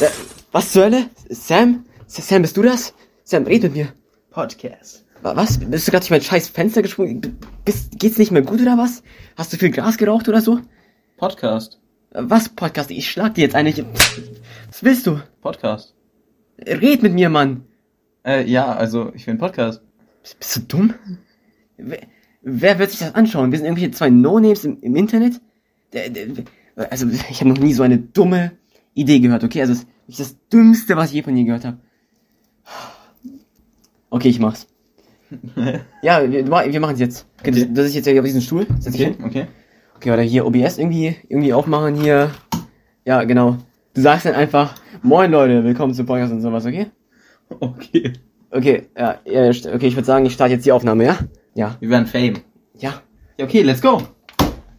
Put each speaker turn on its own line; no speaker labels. Da, Äh, was zur Hölle? Sam? Sam, bist du das? Sam, red mit mir.
Podcast.
Wa- Was? Bist du gerade durch mein scheiß Fenster gesprungen? B- Bist, geht's nicht mehr gut oder was? Hast du viel Gras geraucht oder so? Äh,
Podcast.
Was, Podcast? Ich schlag dir jetzt eigentlich. Was willst du?
Podcast.
Red mit mir, Mann!
Äh, ja, also ich will einen Podcast.
Bist, bist du dumm? Wer, wer wird sich das anschauen? Wir sind irgendwelche zwei No-Names im, im Internet? Der, der, also, ich habe noch nie so eine dumme Idee gehört, okay? Also, es ist wirklich das Dümmste, was ich je von dir gehört habe. Okay, ich mach's. Ja, wir, wir machen's jetzt. Okay,
Okay.
Das, das ist jetzt hier auf diesem Stuhl. Setz dich hin.
Okay, okay.
Okay, oder hier OBS irgendwie, irgendwie aufmachen hier. Ja, genau. Du sagst dann einfach, moin Leute, willkommen zu Podcast und sowas, okay?
Okay.
Okay, ja, ja st- okay, ich würde sagen, ich starte jetzt die Aufnahme, ja? Ja,
Wir werden Fame.
ja.
Ja, okay, let's go.